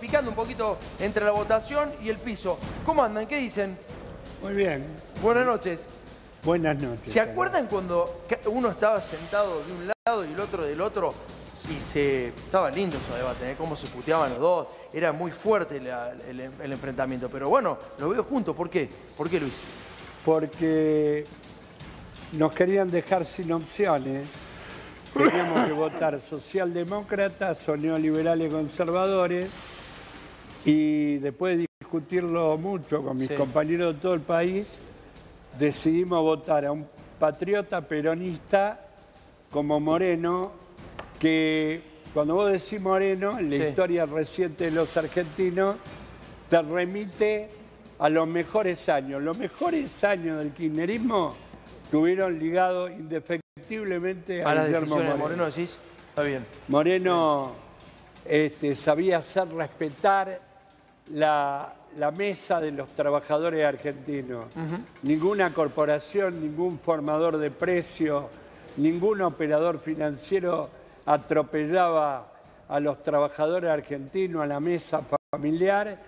picando un poquito entre la votación y el piso. ¿Cómo andan? ¿Qué dicen? Muy bien. Buenas noches. Buenas noches. ¿Se acuerdan cuando ca- uno estaba sentado de un lado y el otro del otro? Y se. Estaba lindo ese debate, ¿eh? Cómo se puteaban los dos. Era muy fuerte la- el, el enfrentamiento. Pero bueno, lo veo juntos. ¿Por qué? ¿Por qué, Luis? Porque nos querían dejar sin opciones. Teníamos que votar socialdemócratas o neoliberales conservadores. Y después de discutirlo mucho con mis Sí. compañeros de todo el país, decidimos votar a un patriota peronista como Moreno, que cuando vos decís Moreno, en la Sí. historia reciente de los argentinos, te remite a los mejores años. Los mejores años del kirchnerismo tuvieron ligado indefectiblemente a, A las Guillermo decisiones de Moreno. Moreno decís. Está bien. Moreno este, sabía hacer respetar la, la mesa de los trabajadores argentinos. Ninguna corporación, ningún formador de precios, ningún operador financiero atropellaba a los trabajadores argentinos, a la mesa familiar,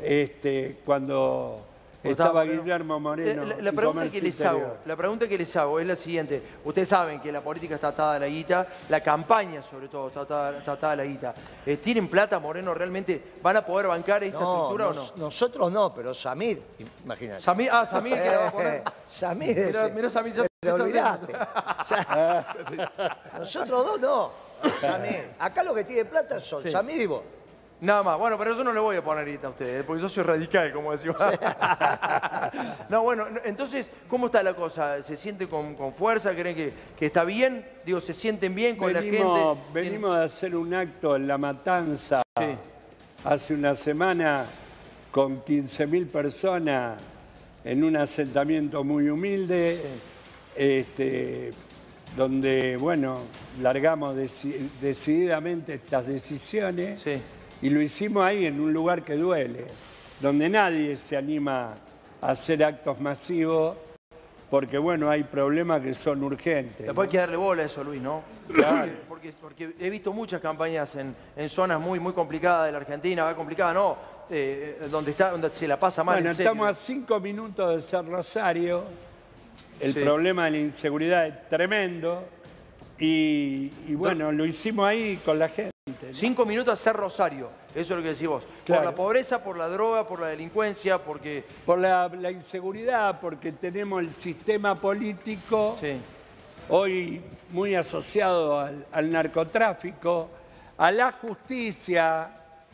este, cuando estaba Moreno. Guillermo Moreno. Eh, y La, la pregunta Comercio que les Interior. hago, la pregunta que les hago es la siguiente. Ustedes saben que la política está atada a la guita, la campaña sobre todo está atada, está atada a la guita. Eh, ¿Tienen plata, Moreno? ¿Realmente van a poder bancar esta estructura o no? nos- Nosotros no, pero Samir, imagínate. Eh, Samir- ah, Samir que la va a poner. Samir. Mirá- ese. mirá, Samir, ya se Te está olvidaste. Ya- nosotros dos no. Samir. Acá lo que tiene plata son Samir y vos. Nada más. Bueno, pero yo no le voy a poner ahorita a ustedes, porque yo soy radical, como decimos. no, bueno, no, entonces, ¿cómo está la cosa? ¿Se siente con, con fuerza? ¿Creen que, que está bien? Digo, ¿se sienten bien con la Venimos, gente? venimos de hacer un acto en La Matanza Sí. hace una semana con 15.000 personas en un asentamiento muy humilde, este, donde, bueno, largamos deci- decididamente estas decisiones Sí. y lo hicimos ahí en un lugar que duele, donde nadie se anima a hacer actos masivos porque, bueno, hay problemas que son urgentes. Después hay que darle bola a eso, Luis, ¿no? Porque, porque he visto muchas campañas en, en zonas muy, muy complicadas de la Argentina, va complicada, no, eh, eh, donde está, donde se la pasa mal. Bueno, en serio. estamos a cinco minutos de ser Rosario. El Sí. problema de la inseguridad es tremendo. Y, y bueno, lo hicimos ahí con la gente. Cinco minutos a ser Rosario, eso es lo que decís vos. Claro. Por la pobreza, por la droga, por la delincuencia, porque... Por la, la inseguridad, porque tenemos el sistema político Sí. hoy muy asociado al, al narcotráfico, a la justicia,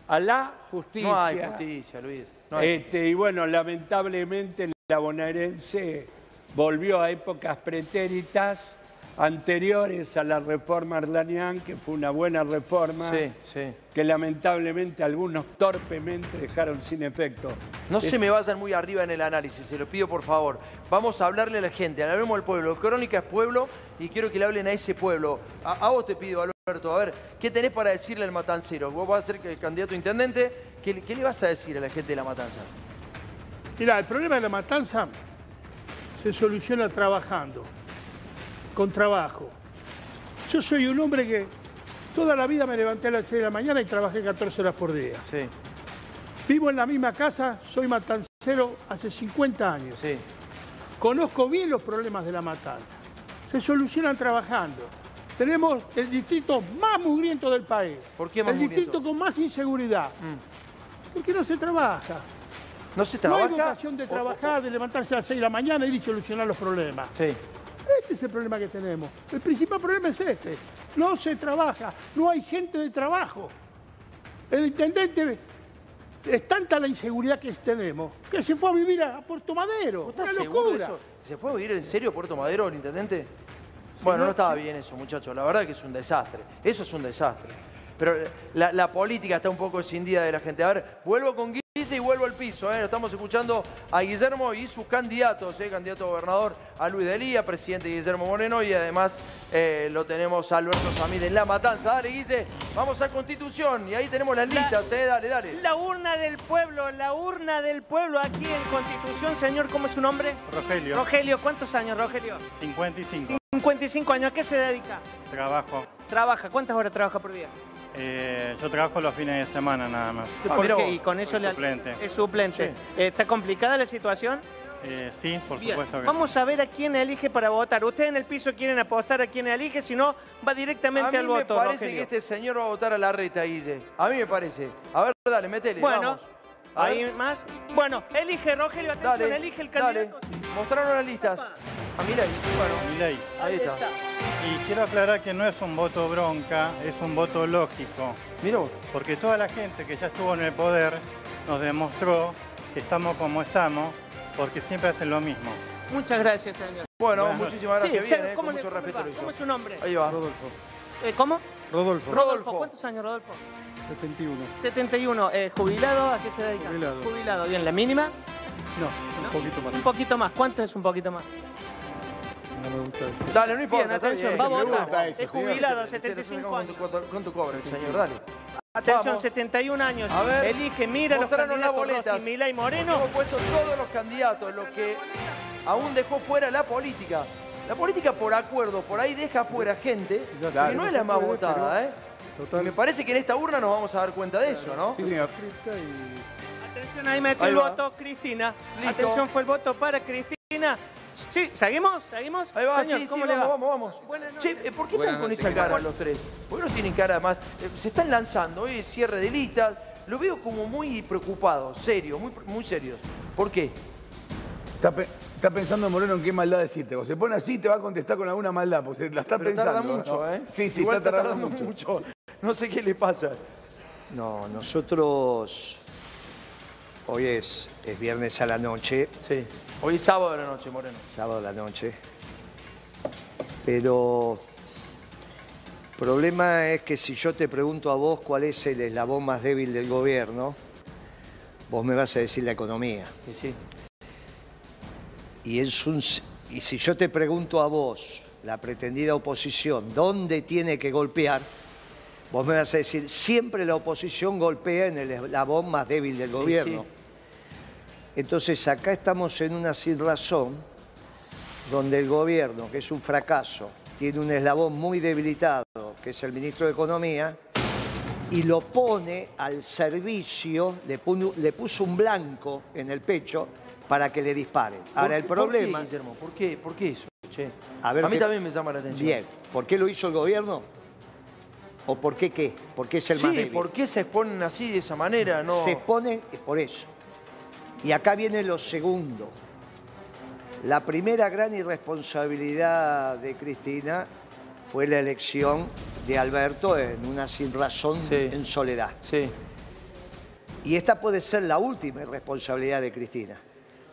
a la justicia. No hay justicia, Luis. No hay. Este, y bueno, lamentablemente la bonaerense volvió a épocas pretéritas anteriores a la reforma Arlanián, que fue una buena reforma, sí, sí. que lamentablemente algunos torpemente dejaron sin efecto. No se me vayan muy arriba en el análisis, se lo pido por favor. Vamos a hablarle a la gente, hablemos del pueblo. Crónica es pueblo y quiero que le hablen a ese pueblo. A, a vos te pido, Alberto, a ver, ¿qué tenés para decirle al matancero? Vos vas a ser eh, candidato a intendente, ¿qué, le- qué le vas a decir a la gente de la matanza? Mirá, el problema de la matanza se soluciona trabajando, con trabajo. Yo soy un hombre que toda la vida me levanté a las 6 de la mañana y trabajé 14 horas por día. Sí, Vivo en la misma casa, soy matancero hace 50 años. sí. Conozco bien los problemas de la matanza. Se solucionan trabajando. Tenemos el distrito más mugriento del país. ¿Por qué más El mugriento? Mm. distrito con más inseguridad. Porque no se trabaja. ¿No se No trabaja? hay vocación de O- trabajar, de levantarse a las 6 de la mañana y de solucionar los problemas. Sí. Este es el problema que tenemos. El principal problema es este. No se trabaja, no hay gente de trabajo. El intendente es tanta la inseguridad que tenemos que se fue a vivir a, a Puerto Madero. ¿Vos estás Una seguro de locura. eso? ¿Se fue a vivir en serio a Puerto Madero el intendente? Bueno, no estaba bien eso, muchachos. La verdad que es un desastre. Eso es un desastre. Pero la, la política está un poco escindida de la gente. A ver, vuelvo con Guise y vuelvo al piso. ¿eh? Lo Estamos escuchando a Guillermo y sus candidatos, ¿eh? candidato a gobernador, a Luis Delía, presidente Guillermo Moreno, y además eh, lo tenemos a Alberto Samid en La Matanza. Dale, Guise, vamos a Constitución. Y ahí tenemos las listas, ¿eh? dale, dale. La urna del pueblo, la urna del pueblo aquí en Constitución, señor, ¿cómo es su nombre? Rogelio, Rogelio, ¿cuántos años, Rogelio? 55. 55 años, ¿a qué se dedica? Trabajo Trabaja, ¿cuántas horas trabaja por día? Eh, yo trabajo los fines de semana nada más. Ah, ¿Por mira qué? vos. Y con eso Soy le- suplente. es suplente. Eh, ¿Está complicada la situación? Eh, sí, por Bien. supuesto que Vamos a ver a quién elige para votar. Ustedes en el piso quieren apostar a quién elige, si no, va A directamente mí al me voto. parece Rogelio. que este señor va a votar a la reta, Guille. A mí me parece. A ver, dale, metele, Bueno, vamos. A ahí ver, más. Bueno, elige Rogelio, atención, dale, elige el dale. candidato. Mostraron las listas. Opa. Ah, mira, y- bueno, sí. Milei. ahí está. Y quiero aclarar que no es un voto bronca, es un voto lógico. Mira vos. Porque toda la gente que ya estuvo en el poder nos demostró que estamos como estamos porque siempre hacen lo mismo. Muchas gracias, señor. Bueno, Buenas noches. muchísimas gracias. Sí, bien, eh, ¿cómo con le- mucho cómo le respeto va? lo hizo. ¿Cómo es su nombre? Ahí va. Eh, ¿Cómo? Rodolfo, Rodolfo. ¿Cuántos años, Rodolfo? 71. 71. Eh, ¿Jubilado? ¿A qué se dedica? Jubilado. Jubilado. Bien, ¿la mínima? No, un poquito más. Un poquito más. ¿Cuánto es un poquito más? No me gusta decir. Dale, no importa. Bien, está atención, bien. va a Me votar. gusta. Este es jubilado, Con 75 tu- años. con tu- Con tu cobra, el señor, dale. Atención, Vamos. 71 años. A ver, Elige, mira los mostranos las candidatos boletas. Rossi, Milei Moreno. Hemos puesto todos los candidatos, los que aún dejó fuera la política. La política por acuerdo, por ahí deja fuera gente Ya sé, que no no es se la más puede, votada, pero- ¿eh? Total. Y me parece que en esta urna nos vamos a dar cuenta de eso, ¿no? Sí, aprieta y. Atención, ahí metió Ahí el va. voto, Cristina. Listo. Atención, fue el voto para Cristina. Sí, ¿seguimos? ¿Seguimos? Ahí va, Señor, sí, sí, ¿cómo vamos, le va? vamos, vamos. Buenas Che, noches. eh, ¿por qué están con esa cara los tres? ¿Por qué no tienen cara más? Eh, se están lanzando, hoy es cierre de listas. Lo veo como muy preocupado, serio, muy, muy serios. ¿Por qué? Está, pe- está pensando Moreno en qué maldad decirte. O se pone así y te va a contestar con alguna maldad, porque se la está Pero pensando. tarda mucho, ¿eh? Sí, sí, Igual está tardando mucho. No sé qué le pasa. No, nosotros. Hoy es, es viernes a la noche, Sí. Hoy es sábado de la noche, Moreno. sábado a la noche. Pero. El problema es que si yo te pregunto a vos cuál es el eslabón más débil del gobierno, vos me vas a decir la economía. Sí, sí. Y, es un, s- y si yo te pregunto a vos, la pretendida oposición, ¿dónde tiene que golpear? Vos me vas a decir, siempre la oposición golpea en el eslabón más débil del gobierno. Entonces acá estamos en una sin razón donde el gobierno, que es un fracaso, tiene un eslabón muy debilitado, que es el ministro de Economía, y lo pone al servicio, le, punu- le puso un blanco en el pecho para que le disparen. Ahora, el ¿Por- por qué, problema... Guillermo, ¿por qué, por qué eso? Che? A ver mí qué- también me llama la atención. Bien, ¿por qué lo hizo el gobierno? ¿O por qué qué? ¿Por qué es el más sí, débil? ¿por qué se exponen así, de esa manera? No. Se exponen es por eso. Y acá viene lo segundo. La primera gran irresponsabilidad de Cristina fue la elección de Alberto en una sin razón Sí. en soledad. Sí, Y esta puede ser la última irresponsabilidad de Cristina,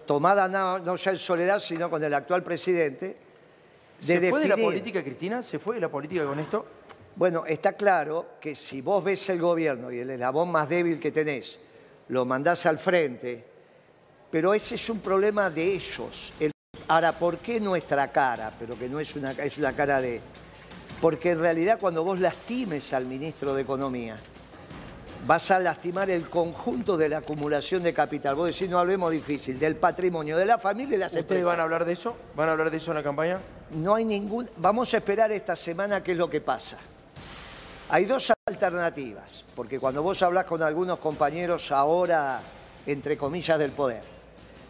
tomada no, no ya en soledad, sino con el actual presidente, de ¿Se fue de la definir- política, Cristina? ¿Se fue de la política con esto? Bueno, está claro que si vos ves el gobierno y el eslabón más débil que tenés, lo mandás al frente, pero ese es un problema de ellos. El- ahora, ¿por qué nuestra cara? Pero que no es una, es una cara de... Porque en realidad cuando vos lastimes al ministro de Economía, vas a lastimar el conjunto de la acumulación de capital. Vos decís, no hablemos difícil, del patrimonio, de la familia y las ¿Ustedes empresas. van a hablar de eso? ¿Van a hablar de eso en la campaña? No hay ningún. Vamos a esperar esta semana qué es lo que pasa. Hay dos alternativas, porque cuando vos hablas con algunos compañeros ahora, entre comillas, del poder,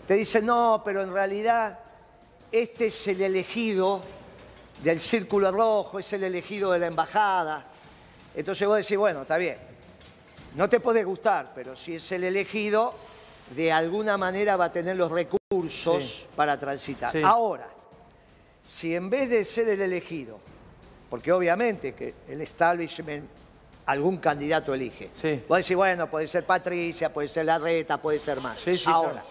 te dicen, no, pero en realidad este es el elegido del círculo rojo, es el elegido de la embajada. Entonces vos decís, bueno, está bien, no te puede gustar, pero si es el elegido, de alguna manera va a tener los recursos Sí. para transitar. Sí. Ahora, si en vez de ser el elegido, porque obviamente que el establishment algún candidato elige. Sí. Vos decís, bueno, puede ser Patricia, puede ser Larreta, puede ser más. Sí, sí, Ahora,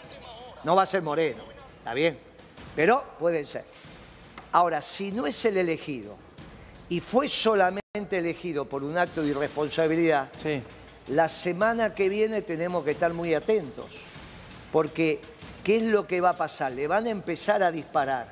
no va a ser Moreno, está bien, pero pueden ser. Ahora, si no es el elegido y fue solamente elegido por un acto de irresponsabilidad, Sí. la semana que viene tenemos que estar muy atentos, porque ¿qué es lo que va a pasar? Le van a empezar a disparar,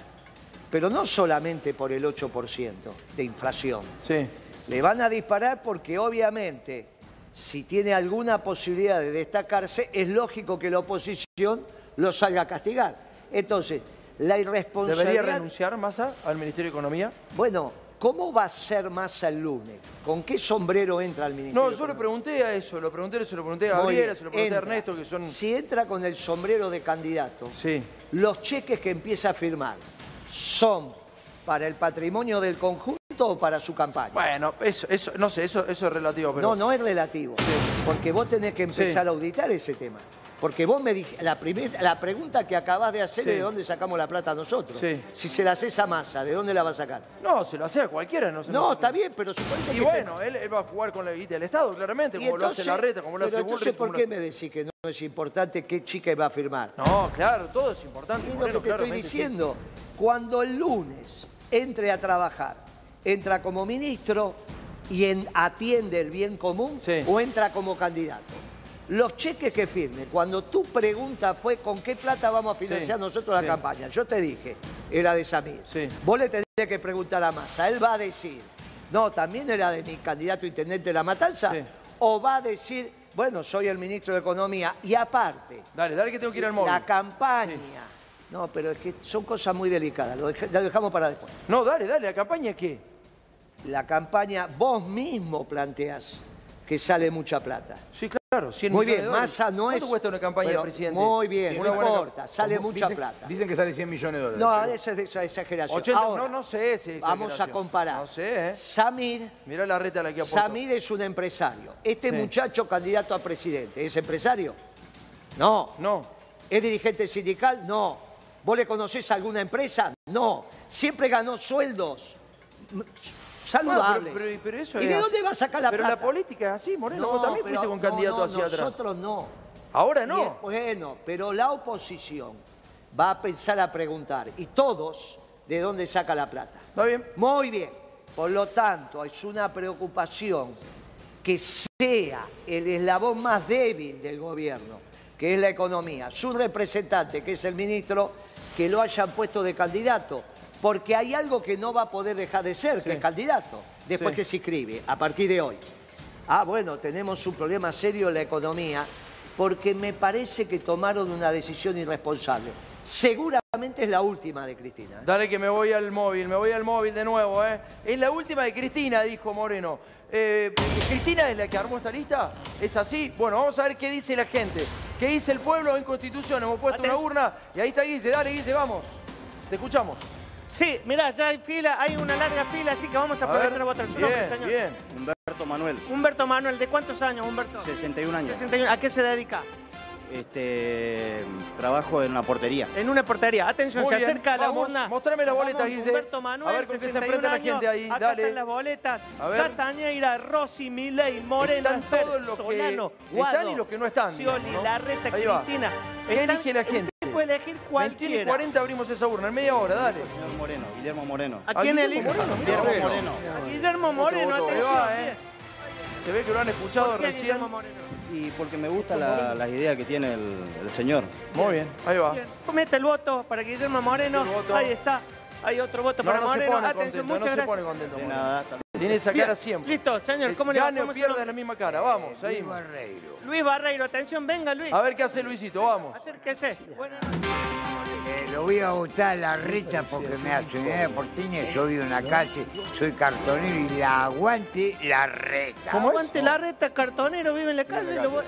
pero no solamente por el 8% de inflación. Sí. Le van a disparar porque obviamente si tiene alguna posibilidad de destacarse, es lógico que la oposición lo salga a castigar. Entonces, la ¿Debería irresponsabilidad... renunciar Massa al Ministerio de Economía? Bueno, ¿Cómo va a ser Massa el lunes? ¿Con qué sombrero entra al Ministerio? No, yo le pregunté a eso, lo pregunté, se lo pregunté a Muy Gabriela, bien, se lo pregunté a entra. Ernesto, que son... Si entra con el sombrero de candidato, Sí. los cheques que empieza a firmar son para el patrimonio del conjunto o para su campaña. Bueno, eso, eso, no sé, eso, eso es relativo, pero... No, no es relativo. Porque vos tenés que empezar Sí. a auditar ese tema. Porque vos me dijiste, la, primer- la pregunta que acabás de hacer Sí. es de dónde sacamos la plata nosotros. Sí. Si se la haces a masa, ¿de dónde la vas a sacar? No, se lo hace a cualquiera, no se No, está bien, pero suponete Y que... bueno, él, él va a jugar con la guita del Estado, claramente, te- y como lo hace entonces- la reta, como lo pero hace entonces, Bullrich, ¿por como qué lo- me decís que no es importante qué chica va a firmar? No, claro, todo es importante. Es lo Moreno, que te estoy claramente, sí. diciendo. Cuando el lunes entre a trabajar, entra como ministro y en- atiende el bien común Sí. o entra como candidato. Los cheques que firme, cuando tu pregunta fue con qué plata vamos a financiar Sí, nosotros la sí. campaña, yo te dije, era de Samir. Sí. Vos le tenés que preguntar a Massa, él va a decir, no, también era de mi candidato intendente de La Matanza, Sí. o va a decir, bueno, soy el ministro de Economía y aparte, Dale, dale que tengo que ir al móvil. la campaña. No, pero es que son cosas muy delicadas, lo, dej- lo dejamos para después. No, dale, dale, ¿la campaña qué? La campaña, vos mismo planteas que sale mucha plata. Sí, claro, 100 Muy millones bien, de Massa dólares. no es... ¿Cuánto cuesta una campaña Bueno, de presidente? Muy bien, Sí, no una buena importa, campaña. sale Como- mucha dicen- plata. Dicen que sale 100 millones de dólares. No, pero- eso es esa exageración. 80, Ahora, no, no sé si Vamos a exageración. comparar. No sé, ¿eh? Samir, Mirá la reta a la que aportó. Samir es un empresario. Este Sí. muchacho candidato a presidente, ¿es empresario? No. No, ¿Es dirigente sindical? No. ¿Vos le conocés a alguna empresa? No. Siempre ganó sueldos m- s- Bueno, saludables. Ah, pero, pero- pero eso ¿Y es de así. dónde va a sacar la pero plata? la política es así, Moreno. vos también pero- fuiste con no, candidato no, hacia atrás. Nosotros no. Ahora Bien, no. bueno, pero la oposición va a pensar a preguntar, y todos, ¿de dónde saca la plata? Está bien. Muy bien. Por lo tanto, es una preocupación que sea el eslabón más débil del gobierno, que es la economía, su representante, que es el ministro, que lo hayan puesto de candidato, porque hay algo que no va a poder dejar de ser, que es candidato, después Sí. que se inscribe, a partir de hoy. Ah, bueno, tenemos un problema serio en la economía, porque me parece que tomaron una decisión irresponsable. Seguramente es la última de Cristina. ¿eh? Dale que me voy al móvil, me voy al móvil de nuevo, ¿eh? Es la última de Cristina, dijo Moreno. Eh, ¿Cristina es la que armó esta lista? ¿Es así? Bueno, vamos a ver qué dice la gente. ¿Qué dice el pueblo en Constitución? Hemos puesto una Atención. urna y ahí está Guille. Dale, Guille, vamos. Te escuchamos. Sí, mirá, ya hay fila, hay una larga fila, así que vamos a A ver. aprovechar a votar su nombre, Bien, señor. bien. Humberto Manuel, Humberto Manuel, ¿de cuántos años, Humberto? 61 años. 61. ¿A qué se dedica? Este, trabajo en una portería. En una portería. Atención, Muy se bien, acerca a la vamos, urna. mostrame las Vamos, boletas, Guille. Humberto Manuel, A ver con qué se 61 enfrenta la gente ahí, años. Acá dale. están las boletas. A ver. Castañeira, Rossi, Milei, Moreno, Están Alfer, todos los que Solano, están Guado, y los que no están, Scioli, digamos, ¿no? Larreta, Ahí va. Cristina. ¿Qué Están- elige la gente? Usted puede elegir 21 y cualquiera. 40 abrimos esa urna, en media hora, dale. Señor Moreno, Guillermo Moreno. ¿A quién Ah, elige? Guillermo Moreno, mira. Guillermo Moreno. A Guillermo Moreno, Voto, voto. Ahí atención. va, ¿eh? Se ve que lo han escuchado ¿Por qué recién. Guillermo Moreno? Y porque me gustan la- las ideas que tiene el, el señor. Muy bien, ahí va. Bien, Mete el voto para Guillermo Moreno. El voto. Ahí está. Hay otro voto No, para no se Moreno. pone Atención, contento, no muchas se gracias. pone contento. De Moreno. nada, hasta Tiene esa cara Bien, siempre. Listo, señor, ¿cómo le va? Gane o ¿Cómo se pierda llama? es la misma cara, vamos, ahí. Luis Barreiro, atención, venga Luis. A ver qué hace Luisito, vamos. Acérquese. Buenas noches. Eh, lo voy a votar a la reta porque me hace una porteña, yo vivo en la calle, soy cartonero y la aguante la reta. Aguante la reta, cartonero, vive en la calle. lo vo-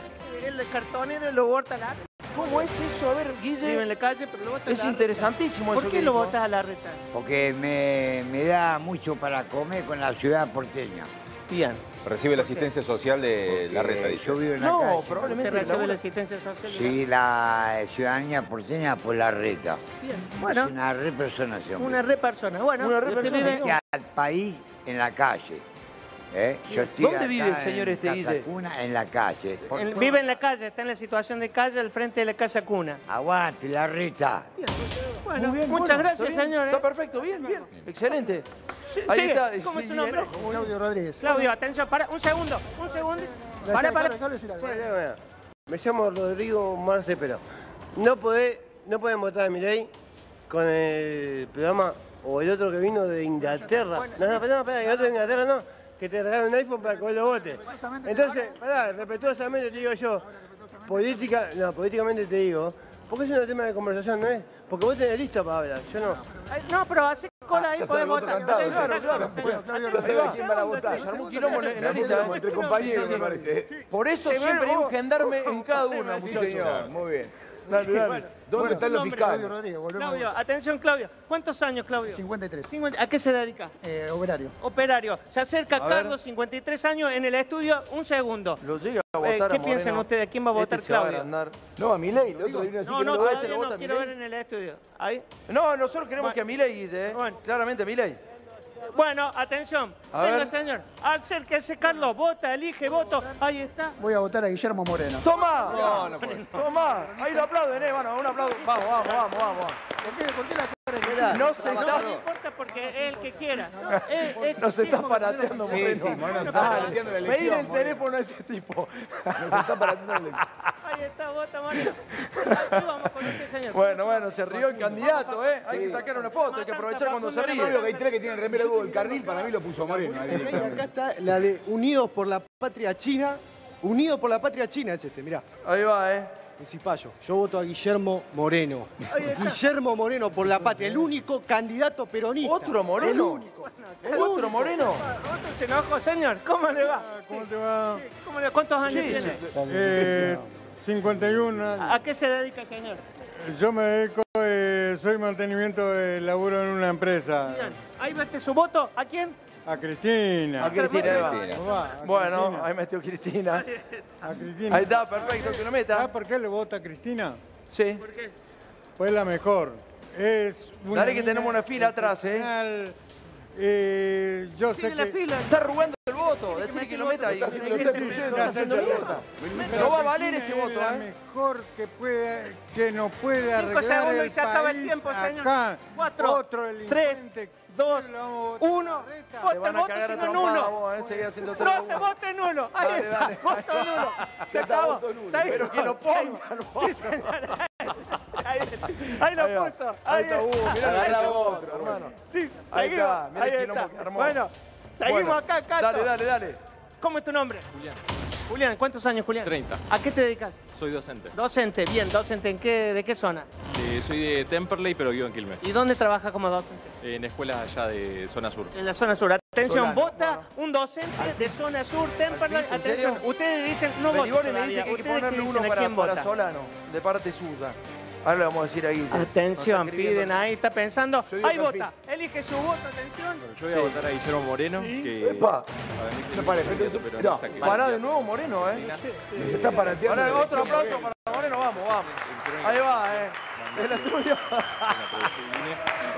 el cartonero lo vota la reta. ¿Cómo es eso? A ver, Vive en Guille. la calle, pero lo vota Es la interesantísimo reta. eso ¿Por que qué lo dijo. votas a la reta? Porque me, me da mucho para comer con la ciudad porteña. Bien. Recibe la asistencia social de la renta, Eh, dice. yo vivo en la No, calle. ¿Te probablemente recibe la labura. asistencia social? Sí, la ciudadanía porteña por la reta. Bien. es Bueno, una repersonación. una re persona. Bueno, Una re usted persona. vive- Frente al país en la calle. ¿eh? Yo estoy ¿Dónde acá vive el señor en este, Guille? Catacuna, en la calle. él vive en la calle, está en la situación de calle al frente de la casa cuna. Aguante la reta. Bueno, Muy bien, muchas bueno, gracias, está bien, señor. Está ¿eh? perfecto, bien, bien. Excelente. Sí, Ahí sigue. está. ¿Cómo es sí, su nombre? bien. Claudio Rodríguez. Claudio, atención, para, un segundo, un segundo. Para, para. Me llamo Rodrigo Mar Cepeda. No podés, no pueden votar a Milei con el programa o el otro que vino de Inglaterra. No, no, pará, pará, el otro de Inglaterra no, que te regalaron un iPhone para que vos lo votes. Entonces, pará, respetuosamente te digo yo, política, no, políticamente te digo, porque es un tema de conversación, ¿no es? Porque vos tenés lista para hablar, yo no. Ay, No, pero hace cola ahí Ya sabe, podemos voto votar. cantado, Claro, ya, claro, ya, señor. ya, ya, ya, ya sabe quién va a votar. Se armó un quilombo en la- en la Me lista, acuerdo ¿eh? Entre compañeros, Sí, me sí. parece. ¿eh? Por eso Se ve siempre hay vos. un gendarme en cada una, Sí, muchachos. señor, muy bien. Dale, dale. Bueno, ¿Dónde están los fiscales? Claudio, atención, Claudio. ¿Cuántos años, Claudio? 53. ¿A qué se dedica? eh, operario. Operario. Se acerca A ver. Carlos, 53 años, en el estudio. Un segundo. Lo llega a Eh, votar ¿Qué a piensan Moreno. ustedes? ¿Quién va a Este votar, se va a Claudio? agrandar. No, a Milei, el otro vino a decir No, que no, lo este, todavía vota no a quiero Milei. ver en el estudio. Ahí. No, nosotros queremos que a Milei guille, ¿eh? Claramente, Milei. Bueno, atención. A Venga, ver. señor. Acérquese, Carlos. Vota, elige, voto. Ahí está. Voy a votar a Guillermo Moreno. ¡Toma! No, no puede. ¡Toma! Ahí lo aplauden, eh, bueno, un aplauso. Vamos, vamos, vamos, vamos. No se no, está... no importa porque es el que quiera. No, es- es- Nos está Guillermo parateando Sí, Moreno. sí, Moreno está Dale, parateando la Pedir elección, el Moreno. teléfono a ese tipo. Nos está parateando la elección. Ahí está, vota, Moreno. Aquí vamos con este señor. Bueno, bueno, se rió el candidato, ¿eh? Hay que sacar una foto, hay que aprovechar cuando se Yo veo que hay ríe. tres que tienen remera de Hugo del Carril, para mí lo puso Moreno. ahí directamente. Acá está la de Unidos por la Patria China. Unidos por la Patria China es este, mirá. Ahí va, ¿eh? El Cipayo. Yo voto a Guillermo Moreno. Guillermo Moreno por la Patria, el único candidato peronista. ¿Otro El Moreno? único. ¿Otro Moreno? ¿Otro se enojó, señor? ¿Cómo le va? ¿Cómo te va? ¿Cómo le, ¿Cuántos años Ah, Sí, tiene? Eh, 51 años. ¿A qué se dedica, señor? Yo me dedico, eh, soy mantenimiento de laburo en una empresa. Bien. Ahí mete su voto. ¿A quién? A Cristina. A Cristina, ahí va. ¿Cómo va? A Bueno, Cristina. ahí metió Cristina. A Cristina. Ahí está, perfecto, que lo meta. ¿Sabes por qué le vota a Cristina? Sí. Pues la mejor. Es una Dale que mina tenemos una fila atrás, ¿eh? excepcional. Eh, yo sé que... Está robando el voto. Decirle que lo meta ahí. Lo está- lo está excluyendo. Está haciendo Lo está mierda. Pero No va a Cristina valer ese es voto, la ¿eh? mejor que pueda, que nos pueda Cinco arreglar segundos y el se acaba el país tiempo, señor. acá. Cuatro, Otro tres, delincuente. dos, Lo vamos a votar. uno. Te Vota el van a voto, cagar a sino en trompada uno. vos, ¿eh? Seguí haciendo tres a Vote, uno. vote nulo. Ahí Dale, está. dale. Voto nulo. Se está, acabó. voto nulo. ¿Sabés? Pero que lo pongan, Sí, señor. Ahí, ahí Ahí lo va. puso. Ahí está Hugo, mirá lo que Ahí hizo está. otro, hermano. Sí, Ahí seguimos. está, mirá Ahí el quilombo está. que armó. Bueno, seguimos Bueno, acá, Cato. Dale, dale, dale. ¿Cómo es tu nombre? Julián. Julián, ¿cuántos años, Julián? 30. ¿A qué te dedicas? Soy docente. Docente, bien, docente, ¿en qué, ¿de qué zona? Eh, soy de Temperley, pero vivo en Quilmes. ¿Y dónde trabajas como docente? En escuelas allá de zona sur. En la zona sur. Atención, Solano, vota un docente de zona sur, Temperley. ¿En Atención, serio? ustedes dicen, no voten Beribone me todavía. dice que hay que Ustedes ponerle dicen uno a para, quién para votan. Solano, de parte suya. Ahora le vamos a decir a Guille. Nos Atención, está escribiendo. piden ahí, está pensando. Yo digo Ahí perfil. vota, elige su voto, atención. Yo voy a votar a Guillermo Moreno, que Epa. para mí es el No, pará, candidato, eso- no, pero no está que- Pará de nuevo Moreno, ¿eh? Se está parateando. Ahora la otro elección. aplauso para Moreno, vamos, vamos. Ahí va, ¿eh? El estudio.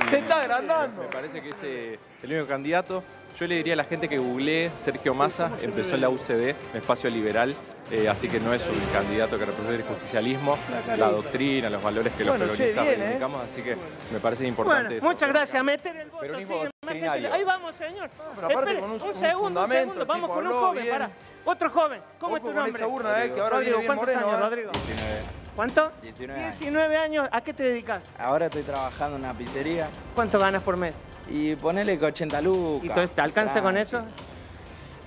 Se está agrandando. Me parece que es eh, el único candidato. Yo le diría a la gente que googleé Sergio Massa, empezó en la UCD, un espacio liberal, eh, así que no es un candidato que represente el justicialismo, la doctrina, los valores que los Bueno, che, peronistas bien, ¿eh? reivindicamos, así que me parece importante Bueno, eso. muchas gracias. Meter el voto, Peronismo sigue más gente. doctrinario. Ahí vamos, señor. pero aparte Espere, con un- un, un segundo, un fundamento, segundo. el Vamos tipo con un habló joven, bien. pará. Otro joven, ¿cómo es Ojo tu con nombre? esa urna, eh, que ahora Rodrigo, viene bien ¿cuántos Moreno, años, eh? Rodrigo? 19. ¿Cuánto? 19 años. 19 años. ¿A qué te dedicas? Ahora estoy trabajando en una pizzería ¿Cuánto ganas por mes? y ponele que 80 lucas. ¿Y entonces te alcanza con Tranqui. eso?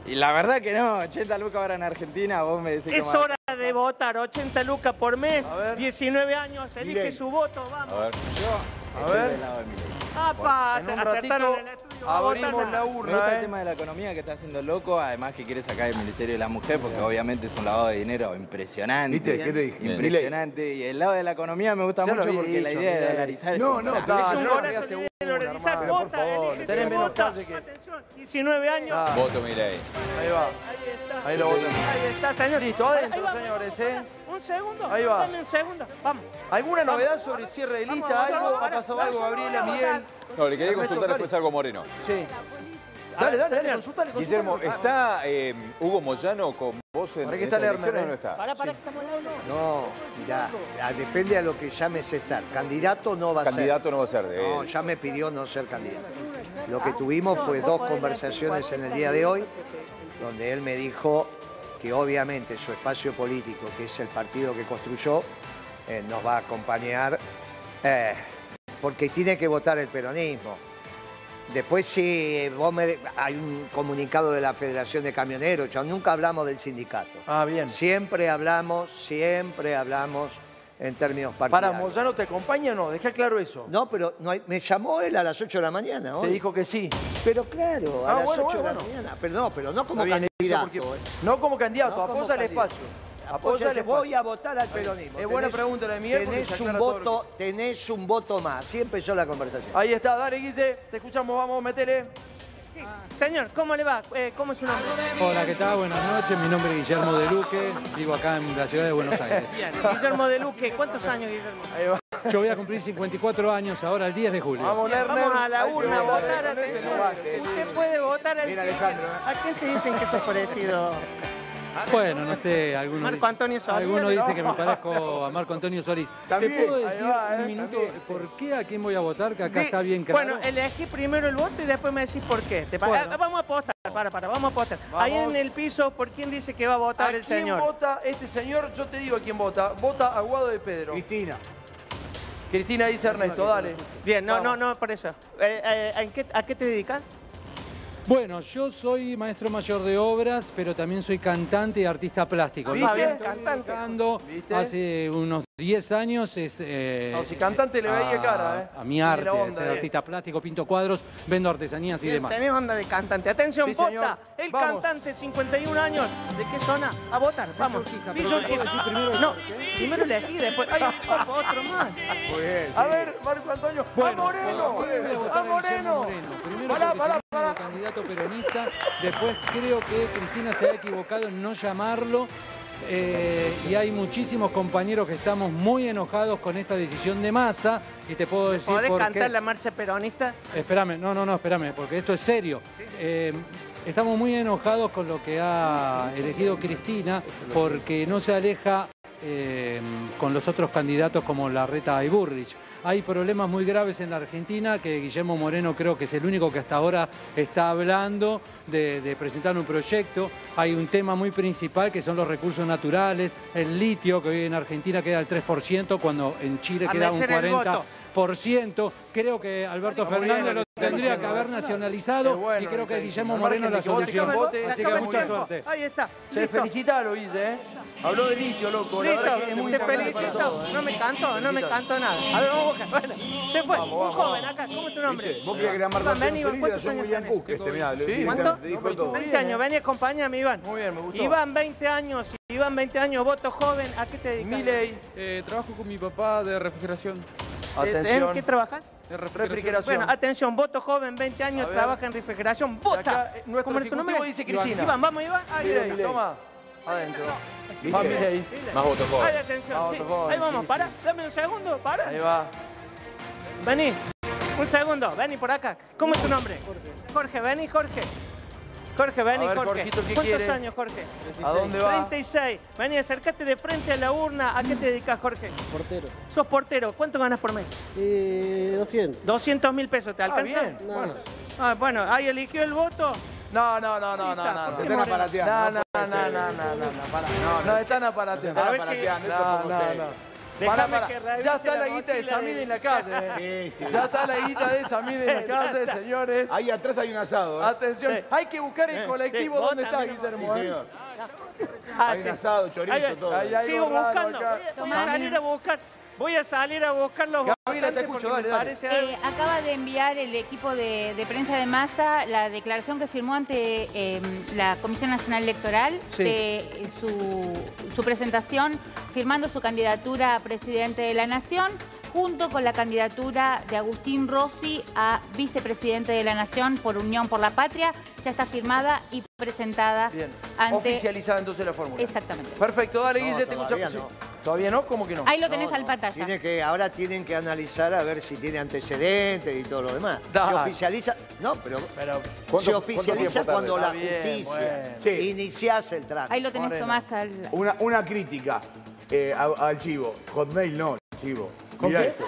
Y la verdad que no, 80 lucas ahora en Argentina, vos me decís que Es más- hora de votar. 80 lucas por mes, 19 años. Elige Milei. su voto, vamos. A Estoy ver, del lado de Milei. ¡Apa! en un Acertaron ratito en el estudio. va a votar abrimos nada. la Me gusta urna, el ¿eh? tema de la economía que está haciendo loco, además que quiere sacar el Ministerio de la Mujer, porque obviamente es un lavado de dinero impresionante. ¿Viste? ¿Qué te dije? Impresionante. Y el lado de la economía me gusta Ya lo mucho había porque la dicho, idea de Milei. dolarizar No, es no, imparable. Dale, Es un no golazo le de pegaste idea de una, organizar. este hermano. Pero por Vota, favor, elige tenés su menos vota. calle que- Atención, 19 años. Dale. Voto Milei. Ahí va. Ahí lo votan. Ahí está, señor. Listo, Ahí adentro, va, señores, ¿eh? Un segundo. Ahí va. Dame un segundo. Vamos. ¿Alguna Vamos, novedad vamos, sobre el cierre de vamos, lista? vamos, ¿Algo? vamos, ¿Ha pasado vamos, algo, vamos, Gabriela, vamos, Miguel? No, le quería Ernesto consultar Cari. después algo a Moreno. Sí. Dale, dale, dale, consultale, consultale. Guillermo, ¿está eh, Hugo Moyano con vos en Para que estas está Lerner, elecciones o ¿eh? no está? Pará, pará, que estamos al lado, no. No, mirá, mirá, depende a lo que llames estar. Candidato no va a Candidato no va a ser. ser. No, eh, ya me pidió no ser candidato. Lo que tuvimos fue dos conversaciones en el día de hoy, donde él me dijo que obviamente su espacio político, que es el partido que construyó, eh, nos va a acompañar, eh, porque tiene que votar el peronismo. Después si vos me... de- Hay un comunicado de la Federación de Camioneros, ya nunca hablamos del sindicato. Ah, bien. Siempre hablamos, siempre hablamos en términos Para, partidarios. ¿Moyano te acompaña o no? Deja claro eso. No, pero no hay- me llamó él a las 8 de la mañana. Te dijo que sí. Pero claro, a Ah, las bueno, 8 de bueno, la bueno. mañana. Pero no, pero no como Está bien, eso candidato. porque- ¿eh? No como candidato, No como apoya el candidato. espacio. Apoya Apoya el el- espacio. voy a votar al peronismo. Es buena pregunta la de Miguel porque Tenés se un, aclara todo lo voto, tenés un voto más. Así empezó la conversación. Ahí está, dale, Guille, te escuchamos, vamos, metele. Señor, ¿cómo le va? Eh, ¿Cómo es su nombre? Hola, ¿qué tal? Buenas noches. Mi nombre es Guillermo de Luque. Vivo acá en la ciudad de Buenos Aires. Bien, Guillermo de Luque, ¿cuántos años, Guillermo? Yo voy a cumplir 54 años ahora, el 10 de julio. Bien, Vamos a la Hay que urna a votar, votar, este atención. Usted puede votar al que- ¿A quién se dicen que sos parecido? Bueno, no sé, algunos, Marco dicen- Antonio Solís. algunos dicen que me No. parezco a Marco Antonio Solís. También, ¿Te puedo ahí decir va, ¿eh? un minuto por qué a quién voy a votar? Que acá está bien claro. Bueno, elegí primero el voto y después me decís por qué. ¿Te pa- Bueno. Ah, Vamos a apostar, para, para, vamos a apostar. Ahí Vamos. en el piso, ¿por quién dice que va a ¿A votar el quién señor? vota este señor? Yo te digo a quién vota. Vota a Guado de Pedro. Cristina. Cristina dice Ernesto, dale. Bien, no, no, no, por eso. Eh, eh, ¿en qué- ¿A qué te dedicas? Bueno, yo soy maestro mayor de obras, pero también soy cantante y artista plástico. Ah, Lo bien, estoy cantante. dedicando Hace unos 10 años es... eh, No, si cantante le veía a- cara, ¿eh? Ah, A mi Tiene arte, la onda, soy bien. artista plástico, pinto cuadros, vendo artesanías y Bien, demás. Tenés onda de cantante. Atención, Sí, vota. señor. El Vamos. cantante, 51 años. ¿De qué zona? A votar, vamos. Villa ¿puedo Urquiza. decir primero ¿eh? No, primero elegí, después. Ay, por favor, otro más. A ver, Marco Antonio. ¡A Moreno! ¡A Moreno! Primero Pará, porque pará, se llama como candidato peronista, después creo que Cristina se ha equivocado en no llamarlo. eh, y hay muchísimos compañeros que estamos muy enojados con esta decisión de masa y te puedo decir ¿Podés por qué. cantar la marcha peronista? Espérame, no, no, no, espérame, porque esto es serio. Eh, estamos muy enojados con lo que ha elegido Cristina porque no se aleja eh, con los otros candidatos como Larreta y Burrich. Hay problemas muy graves en la Argentina que Guillermo Moreno creo que es el único que hasta ahora está hablando de, de presentar un proyecto. Hay un tema muy principal que son los recursos naturales, el litio que hoy en Argentina queda el 3% cuando en Chile A queda un meter 40% el voto. por ciento. Creo que Alberto Muy bien, Fernández lo Alberto tendría Fernández. que haber nacionalizado y creo que Guillermo Al Moreno margen de la que vote solución. quien vote, Así se acaba que el mucha tiempo. suerte. Ahí está. Che, listo. felicitalo, Guille, ¿eh? Habló de litio, loco. La verdad que es muy Listo, te importante para felicito. todos, ¿eh? No me canto, no me Felicitalo. canto nada. A ver, vamos a buscar. Bueno, se fue. Un joven acá. ¿Cómo es tu nombre? ¿Viste? Vos querías que era Marco Iván, vení, Antonio Iván, Solís, ¿cuántos era años William tenés? Cook, este, mirá, lo- Sí, ¿Cuánto? te dijo todo. 20 eh. años, vení, acompañame, Iván. Muy bien, me gustó. Iván, 20 años, Iván, 20 años, voto joven, ¿a qué te dedicas? Milei. trabajo con mi papá de refrigeración. ¿En qué trabajas? En refrigeración. Refrigeración. Bueno, atención, voto joven, 20 años, A ver. eh, trabaja en refrigeración, vota. Nuestro ¿Cómo es tu ejecutivo nombre? dice Iván. Cristina. Iván, vamos, Iván. Ahí Milei, está. Toma, adentro. Milei. Va, Milei. Más votos jóvenes. Ahí, atención, Vamos, sí. por favor, Ahí vamos, sí, para, dame un segundo, para. Ahí va. Vení, un segundo, vení por acá. ¿Cómo es tu nombre? Jorge. Jorge, vení, Jorge. Jorge, vení, A ver, Jorge. Jorgito, ¿qué ¿Cuántos quiere? años, Jorge? ¿A dónde va? 36. Vení, acercate de frente a la urna. ¿A qué te dedicas, Jorge? Portero. Sos portero. ¿Cuánto ganas por mes? Eh, 200. 200 mil pesos. ¿Te alcanza? bien. No. Bueno. Ah, bueno, ahí eligió el voto. No, no, no, no, no, no. Están aparateando, No, no, no, no, no, no, no, pará. No, están aparateando. Están aparateando, esto No, como no, se- no. Déjame Pará, pará. que revise Ya está la la guita de mochila Samid de- en la calle. eh. Ya está la guita de Samid en la calle, señores. Ahí atrás hay un asado. ¿eh? Atención, hay que buscar el Sí, colectivo sí, vos donde está también, Guillermo. sí, ¿eh? señor. Ah, Hay un sí. asado, chorizo, Ahí va. todo. Ahí hay Sigo algo raro buscando. acá. Voy a- Voy a salir a buscar. Voy a salir a buscar los Gabriela, votantes te escucho, porque me dale, dale. parece algo. Eh, acaba de enviar el equipo de, de prensa de masa la declaración que firmó ante eh, la Comisión Nacional Electoral Sí. de eh, su, su presentación firmando su candidatura a presidente de la Nación junto con la candidatura de Agustín Rossi a vicepresidente de la Nación por Unión por la Patria. Ya está firmada y presentada Bien. ante... Oficializada entonces la fórmula. Exactamente. Perfecto, dale, No, Guille, te todavía escuchamos. ¿Todavía no? ¿Cómo que no? Ahí lo tenés al pantalla. Tiene que, ahora tienen que analizar a ver si tiene antecedentes y todo lo demás. Se Dale. oficializa. No, pero, se ¿cuánto oficializa tiempo tarde? cuando la Está bien, justicia bueno. Sí. iniciase el trámite. Ahí lo tenés, Tomás, al... Una, una crítica eh, a- al chivo. Hotmail no, chivo. Mirá esto.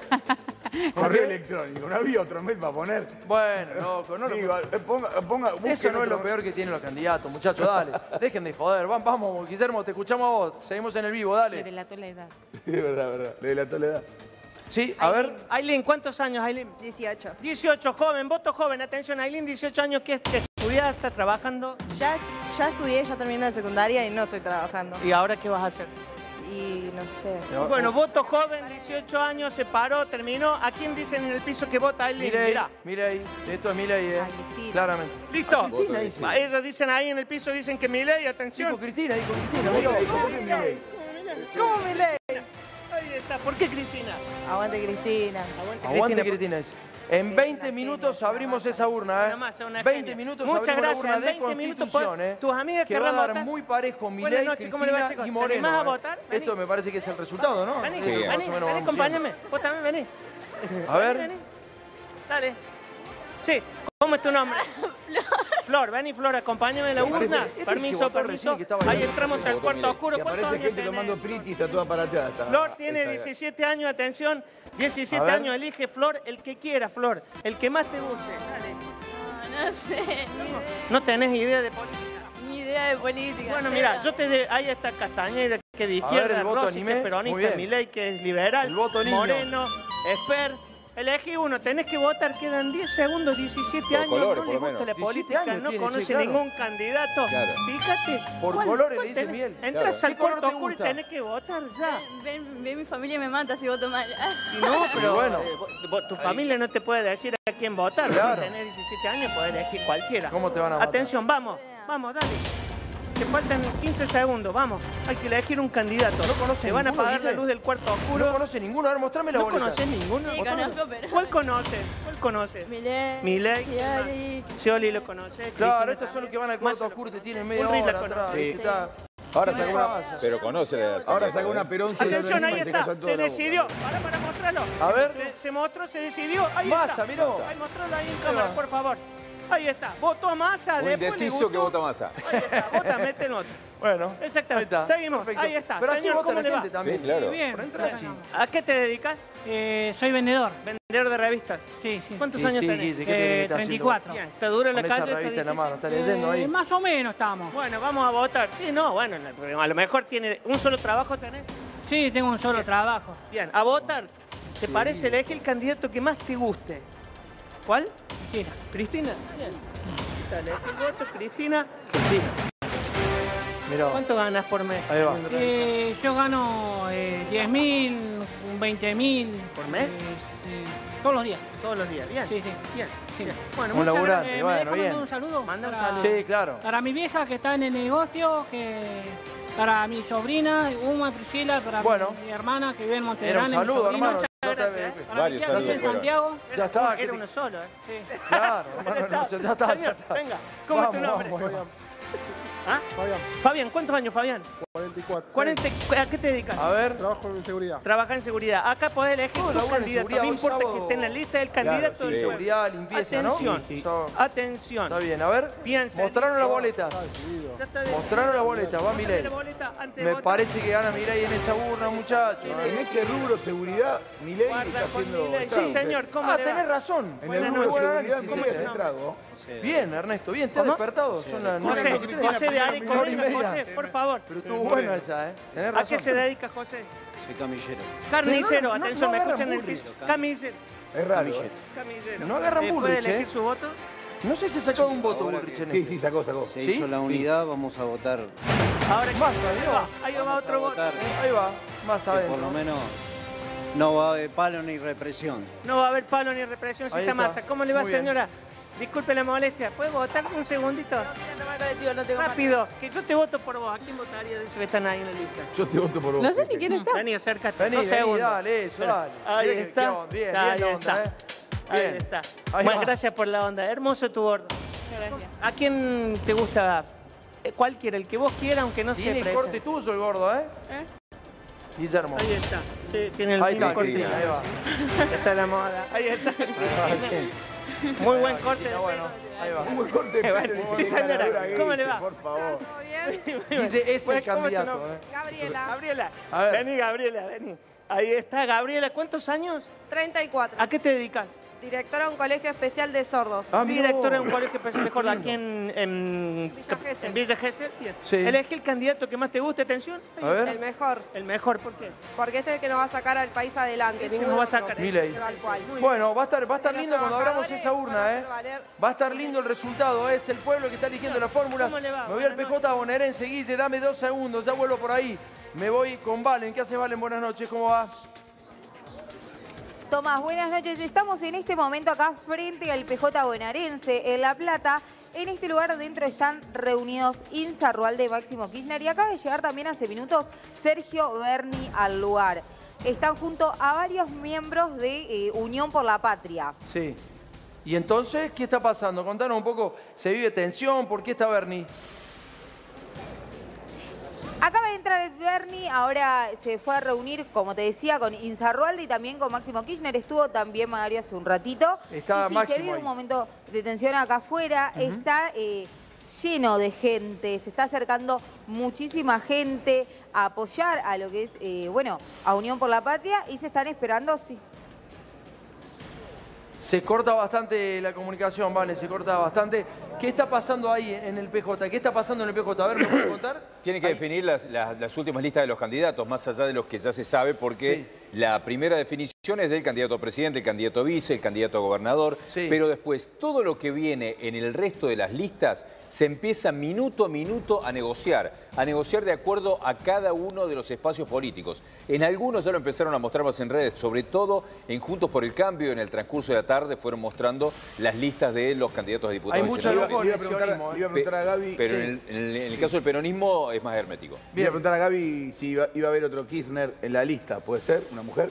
Correo electrónico. No había otro mail para poner. Bueno, loco, no lo Digo, eh, ponga, ponga, Eso busquen no es otro- lo peor que tienen los candidatos, muchachos, dale. Dejen de joder, van- vamos, Guillermo, te escuchamos a vos. Seguimos en el vivo, dale. Relató la edad. Sí, es verdad, es verdad. Le delató la edad. Sí, a ver. Aileen, ¿cuántos años, Aileen? 18. 18, joven, voto joven. Atención, Aileen, 18 años, ¿qué, qué estudiás? ¿Estás trabajando? Ya, ya estudié, ya terminé la secundaria y no estoy trabajando. ¿Y ahora qué vas a hacer? y no sé. oh. Bueno, voto joven, 18 años, se paró, terminó. ¿A quién dicen en el piso que vota? Él Mira ahí, dirá. mira ahí. Esto es Milei, eh. Claramente. ¿Listo? Cristina dice. Va, Ellos dicen ahí en el piso, dicen que Milei, atención. Cristina, dijo ¿Cómo Milei? ¿Cómo Milei? Ahí está, ¿por qué Cristina? Aguante Cristina. Aguante, Cristina. dice. En 20 minutos abrimos esa urna, Nada más, es una ¿eh? 20 genia. minutos Muchas gracias, abrimos la urna en de 20 minutos Constitución, pueden- ¿eh? tus amigas que querrán va a dar votar. muy parejo Milei, Buenas noches, ¿cómo le va, Cristina chicos? y ¿Te Moreno. animás a ¿eh? votar? Vení. Esto me parece que es el resultado, ¿no? Vení, Sí, vení, más o menos vení, vamos acompáñame. Vos también vení. A ver. Vení, vení. Dale. Sí, ¿cómo es tu nombre? Ah, Flor, vení Flor, acompáñame a la Me parece- urna. este es el que Permiso, votó permiso. recién que estaba Ahí ahí. entramos al Votó cuarto Milei. oscuro. Y ¿Cuántos aparece años gente tomando tenés? priti, está toda aparateada. está- Flor tiene está- 17 años, atención. A 17 ver. años, elige Flor el que quiera, Flor. El que más te guste. No sé, No tenés idea de política. ni idea de política. Bueno, mira, yo te de, ahí está Castañera, que es de A izquierda, ver, el voto Rossi, anime. que es Muy peronista, bien. Milei, que es liberal, El voto niño. Moreno, Esper. Elegí uno, tenés que votar, quedan 10 segundos, 17 Por años, colores, no por le lo gusta menos. la 17 política, años no tiene, che, conoce claro. ningún candidato. Claro. Fíjate. Por ¿cuál- colores cuál le dice tenés? miel. Entras Claro. al ¿Qué color cuarto te oscuro y gusta? tenés que votar ya. Ven, ven, mi familia me mata si voto mal. Y No, pero bueno. eh, vos- vos- tu familia no te puede decir a quién votar. Claro. Si tenés 17 años, podés elegir cualquiera. ¿Cómo te van a matar? Atención, vamos, vamos, dale. Te faltan 15 segundos, vamos. Hay que elegir un candidato. No conoce Te van a ninguno, apagar la dice. luz del cuarto oscuro. No conoce ninguno. A ver, mostrame la ¿No boleta. conoces ninguno? Sí, Mostrame. conozco, pero- ¿Cuál conoces? ¿Cuál conoces? Milei. Milei. Scioli. Scioli lo conoces. Claro, estos son los que van al cuarto oscuro, te tienen media Un Riz la hora conoce. atrás. Sí. ¿viste? Está- Ahora ¿Qué sacó le una, pasa? pero conoce la Ahora sacó una Perón sobre Atención, anónima ahí y se está. callan toda Se la boca. decidió. Ahora para mostrarlo. A ver. Se, se mostró, se decidió. Ahí Massa, está. mirá vos. Ahí mostralo ahí en cámara, por favor. Ahí está. Votó Massa. Un después le indeciso que gustó. vota masa. Vota, mete el otro. Bueno, Exactamente. Ahí está. Seguimos. Perfecto. Ahí está. Pero así Señor, vota ¿cómo la le va? gente también. Sí, claro. Bien. Entra así. ¿A qué te dedicas? Eh, soy vendedor. Vendedor de revistas. Sí, sí. ¿Cuántos Sí, años sí, tenés? Guille, ¿qué tiene que estar haciendo? 34. Bien, está dura la Con esa calle, está revista en la difícil. mano, está leyendo ahí. Eh, más o menos estamos. Bueno, vamos a votar. Sí, no, bueno, a lo mejor tiene un solo trabajo tenés. Sí, tengo un solo trabajo. Bien, a votar. ¿Te parece? Elige el candidato que más te guste. ¿Cuál? Cristina. ¿Cristina? Bien. Dale, el voto, Cristina. Cristina. Mirá. vos. ¿Cuánto ganas por mes? Ahí va. Eh, yo gano eh, 10.000, 20.000. ¿Por mes? eh, eh, todos los días. Todos los días. Bien. Sí, sí. Bien. sí. Bueno, Un muchas gracias. laburante, Eh, bueno, ¿Me deja mandar bien. un saludo? Manda un Para- saludo. Sí, claro. Para mi vieja que está en el negocio, que para mi sobrina, Uma y Priscila, para Bueno. mi, mi hermana que vive en Monterrey. Era un saludo, hermano. No te- Para Varios mi tía que vive en saludos fueron. eh. Santiago. Ya está. que Era te- uno solo, ¿eh? Claro, hermano, Chao. no, ya está. ya Señor, está. Venga, ¿cómo es tu Vamos, nombre? vamos, ¿Ah? Fabián, Fabián, ¿cuántos años, Fabián? 44. 40, ¿A qué te dedicas? A ver. Trabajo en seguridad. Trabaja en seguridad. Acá podés elegir No, un labura en candidato. seguridad, No vos importa sábado- que esté en la lista del candidato Claro, sí, del pueblo. seguridad, limpieza, ¿no? Atención. Sí, sí. Está- Atención. Está bien, a ver. Piensa. Mostraron las boletas. Ya está bien. Mostraron las boletas, va Mostrame Milei. la boleta antes de Me votar. parece que gana Milei en esa urna, muchachos. En ese rubro seguridad, Milei Guarda está con haciendo... Milei. trago. Sí, señor, ¿cómo Ah, le va? tenés razón. En Buenas el rubro noches. Buen seguridad, análisis ¿cómo ese, le hace ¿no? trago? Bien, Ernesto, bien, estás despertado. Son José, las nueve y José de Ari, Una hora y Correa, media. José, por favor. Pero estuvo buena esa, ¿eh? Tenés ¿A razón. qué se dedica José? Soy camillero. Carnicero, Pero no, no, atención, no me agarran escuchan en el burri. piso. Carnicero. Es raro. ¿eh? Camillero. Carnicero. No agarran Eh, burri, ¿Puede che. elegir su voto? No sé si sacó un voto Ahora Bullrich que- en Sí, este. sí, sacó, sacó. Se ¿Sí? hizo la unidad, vamos a votar. Ahora Más ahí adiós. va, ahí va otro voto. votar. Ahí va, más que por lo adentro. menos no va a haber palo ni represión. No va a haber palo ni represión si Ahí está está. masa. ¿Cómo le va, Muy bien. señora? Disculpe la molestia. ¿Puedes votar un segundito? No me agradecido, no tengo Rápido, que yo te voto por vos. ¿A quién votaría de esos que están ahí en la lista? Yo te voto por vos. No sé ni quién está. Vení, acércate. Vení, dos vení, segundos. dale, eso, Espera. dale. Ahí Mirá que- qué está. onda, bien, ahí bien la onda, está. ¿eh? Ahí Bien. está. Ahí bueno, va. gracias por la onda. Hermoso tu gordo. Gracias. ¿A quién te gusta? Eh, Cualquiera, el que vos quieras, aunque no sea Tiene el corte presente. tuyo el gordo, ¿eh? ¿Eh? Guillermo. Ahí está. Sí, tiene el Ahí mismo está, corte. Cristina, Ah, ahí va. Está la moda. Ahí está. Muy buen corte. de bueno. Ahí va. Un buen corte de Eh, pelo, bueno, muy sí, buena señora, caladura que ¿cómo hizo, le va? Por favor. ¿Todo bien? pelo. Dice, Bueno, ese es el ¿cómo es tu candidato, nombre? ¿eh? Gabriela, Gabriela, A ver. vení Gabriela, vení. Ahí está Gabriela, ¿cuántos años? 34. ¿A qué te dedicas? Directora de un colegio especial de sordos. Ah, mirá Directora de vos. un colegio especial de Córdoba, aquí en, en Villa Gesell. en Villa Gesell. Bien. Sí. Elegí el candidato que más te guste, atención. A ver. El mejor. El mejor, ¿por qué? Porque este es el que nos va a sacar al país adelante. Ese ninguno nos va a otro. sacar. Milei. Tal cual. Bueno, va a estar, va a estar Los lindo cuando abramos trabajadores esa van a urna, ¿eh? hacer valer- Va a estar lindo el resultado, ¿eh? es el pueblo que está eligiendo la fórmula. ¿Cómo le va? Me voy al Buenas PJ bonaerense, Guille, dame dos segundos, ya vuelvo por ahí. Me voy con Valen. ¿Qué hace Valen? Buenas noches, ¿cómo va? Tomás, buenas noches. Estamos en este momento acá frente al PJ bonaerense en La Plata. En este lugar dentro están reunidos Insa Rualde, Máximo Kirchner y acaba de llegar también hace minutos Sergio Berni al lugar. Están junto a varios miembros de eh, Unión por la Patria. Sí. ¿Y entonces qué está pasando? Contanos un poco, ¿se vive tensión? ¿Por qué está Bernie? Acaba de entrar el Berni, ahora se fue a reunir, como te decía, con Inzarrualde y también con Máximo Kirchner. Estuvo también Mario hace un ratito. Está y sí, Máximo se vive ahí. un momento de tensión acá afuera. Ujú. Está eh, lleno de gente, se está acercando muchísima gente a apoyar a lo que es, eh, bueno, a Unión por la Patria y se están esperando, sí, Se corta bastante la comunicación, Valen, se corta bastante. ¿Qué está pasando ahí en el PJ? ¿Qué está pasando en el PJ? A ver, ¿me puede contar? Tiene que definir las, las- las últimas listas de los candidatos, más allá de los que ya se sabe, porque la primera definición es del candidato a presidente, el candidato a vice, el candidato a gobernador, pero después todo lo que viene en el resto de las listas se empieza minuto a minuto a negociar, a negociar de acuerdo a cada uno de los espacios políticos. En algunos ya lo empezaron a mostrar más en redes, sobre todo en Juntos por el Cambio, en el transcurso de la tarde fueron mostrando las listas de los candidatos a diputados. Hay mucha nacionales. locura en Le iba a preguntar- el peronismo, ¿eh? le iba a preguntar a Gaby- Pero Sí. en el- en el- en el caso del peronismo es más hermético. Voy a preguntar a Gaby si iba, iba a haber otro Kirchner en la lista, ¿puede ser? ¿Una mujer?